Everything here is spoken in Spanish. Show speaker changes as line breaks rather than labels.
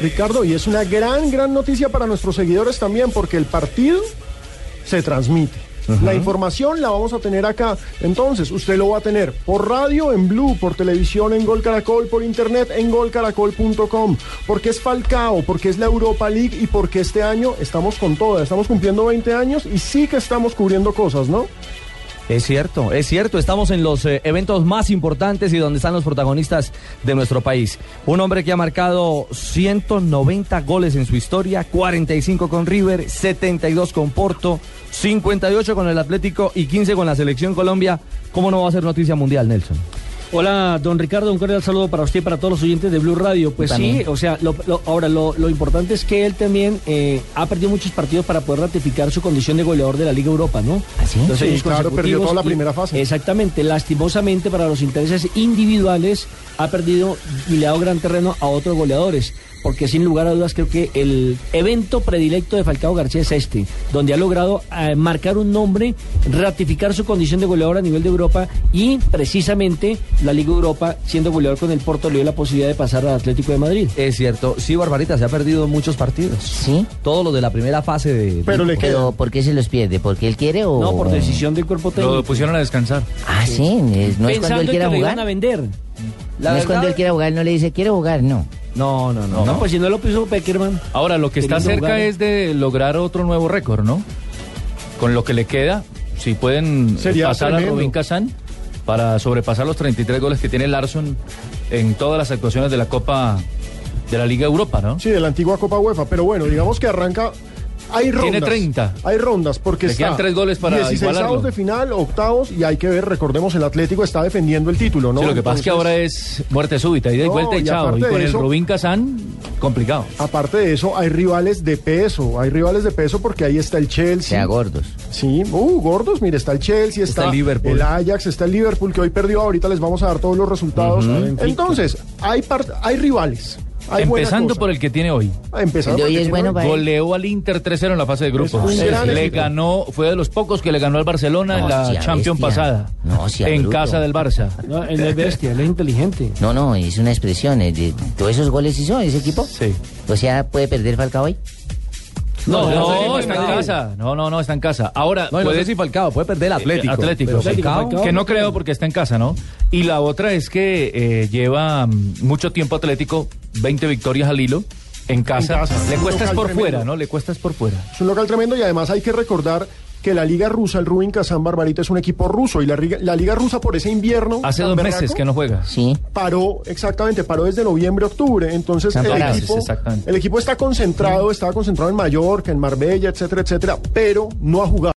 Ricardo, y es una gran, gran noticia para nuestros seguidores también, porque el partido se transmite. La información la vamos a tener acá. Entonces, usted lo va a tener por radio en Blue, por televisión en Gol Caracol, por internet en golcaracol.com. Porque es Falcao, porque es la Europa League y porque este año estamos con toda. Estamos cumpliendo 20 años y sí que estamos cubriendo cosas, ¿no?
Es cierto, es cierto. Estamos en los eh, eventos más importantes y donde están los protagonistas de nuestro país. Un hombre que ha marcado 190 goles en su historia, 45 con River, 72 con Porto, 58 con el Atlético y 15 con la Selección Colombia. ¿Cómo no va a ser noticia mundial, Nelson?
Hola, don Ricardo, un cordial saludo para usted y para todos los oyentes de Blue Radio. Pues sí,
También.
o sea, lo- lo- ahora lo, lo importante es que él también eh, ha perdido muchos partidos para poder ratificar su condición de goleador de la Liga Europa, ¿no?
sí?
Dos
Sí,
años
claro,
consecutivos
perdió toda la
y-
primera fase.
Exactamente, lastimosamente para los intereses individuales ha perdido y le ha dado gran terreno a otros goleadores. Porque sin lugar a dudas creo que el evento predilecto de Falcao García es este, donde ha logrado eh, marcar un nombre, ratificar su condición de goleador a nivel de Europa y precisamente la Liga Europa, siendo goleador con el Porto, le dio la posibilidad de pasar al Atlético de Madrid.
Es cierto. Sí, Barbarita, se ha perdido muchos partidos.
Sí.
Todos los de la primera fase de...
Pero le queda.
Pero ¿por qué se los pierde? ¿Porque él quiere o.?
No, por decisión del cuerpo técnico.
Lo pusieron a descansar.
Ah, sí, es- no es
Pensando
cuando él
en
quiera
que lo iban a
jugar.
vender.
La
no es
verdad-
cuando él quiera jugar, no le dice, quiero jugar, no.
No, no, no.
No, pues si no lo puso Peckerman.
Ahora, lo que está
Queriendo
cerca
jugar.
es de lograr otro nuevo récord, ¿no? Con lo que le queda, si pueden
Sería
pasar
tremendo.
a Robin Kazan para sobrepasar los 33 goles que tiene Larson en todas las actuaciones de la Copa de la Liga Europa, ¿no?
Sí, de la antigua Copa UEFA. Pero bueno, digamos que arranca. Hay rondas.
Tiene 30.
Hay rondas porque
Le
está
quedan tres goles para
16
igualarlo.
de final, octavos y hay que ver, recordemos, el Atlético está defendiendo el título, ¿no?
Sí, lo que pasa es que ahora es muerte súbita, ida y
No,
vuelta y,
y
chao. Y
aparte de
con el
eso-
Robin Kazan, complicado.
Aparte de eso, hay rivales de peso, hay rivales de peso porque ahí está el Chelsea.
Sea gordos.
Sí, uh, gordos, mire, está el Chelsea, está,
Está el Liverpool.
el Ajax, está el Liverpool que hoy perdió, ahorita les vamos a dar todos los resultados. Entonces, hay par- hay rivales. Hay buena
Empezando
cosa.
por el que tiene hoy.
Empezando
El de
por
hoy
el
es
que
bueno
no-
para él.
Goleó al Inter 3-0 en la fase de grupos.
Es un gran
le
equipo.
ganó, fue de los pocos que le ganó al Barcelona
No,
en la
sí, a
Champions
bestia.
pasada.
No, sí, a
en
bruto.
casa del Barça.
No, él no es bestia, él es inteligente.
No, no, es una expresión. eh, de- ¿Todos esos goles hizo ese equipo?
Sí.
O sea, ¿puede perder Falcao hoy?
No, no,
no,
está
no.
en casa. No, no, no, está en casa. Ahora,
No, y no
puede Eh,
sé si Falcao, puede perder el Atlético.
Atlético.
Pero
Atlético,
Falcao-
Falcao.
que no creo porque está en casa, ¿no? Y la otra es que eh, lleva mm, mucho tiempo Atlético, 20 victorias al hilo. En casa,
casa.
le
Un
cuestas
local
por
tremendo.
fuera, ¿no? Le cuestas por fuera.
Es un local tremendo y además hay que recordar que la Liga Rusa, el Rubin Kazán Barbarita, es un equipo ruso y la, riga- la Liga Rusa por ese invierno.
Hace
tan
dos
berraco,
meses que no juega.
Sí.
Paró, exactamente, paró desde noviembre, octubre. Entonces,
Ah,
el
dos meses,
equipo,
exactamente.
el equipo está concentrado, estaba concentrado en Mallorca, en Marbella, etcétera, etcétera, pero no ha jugado.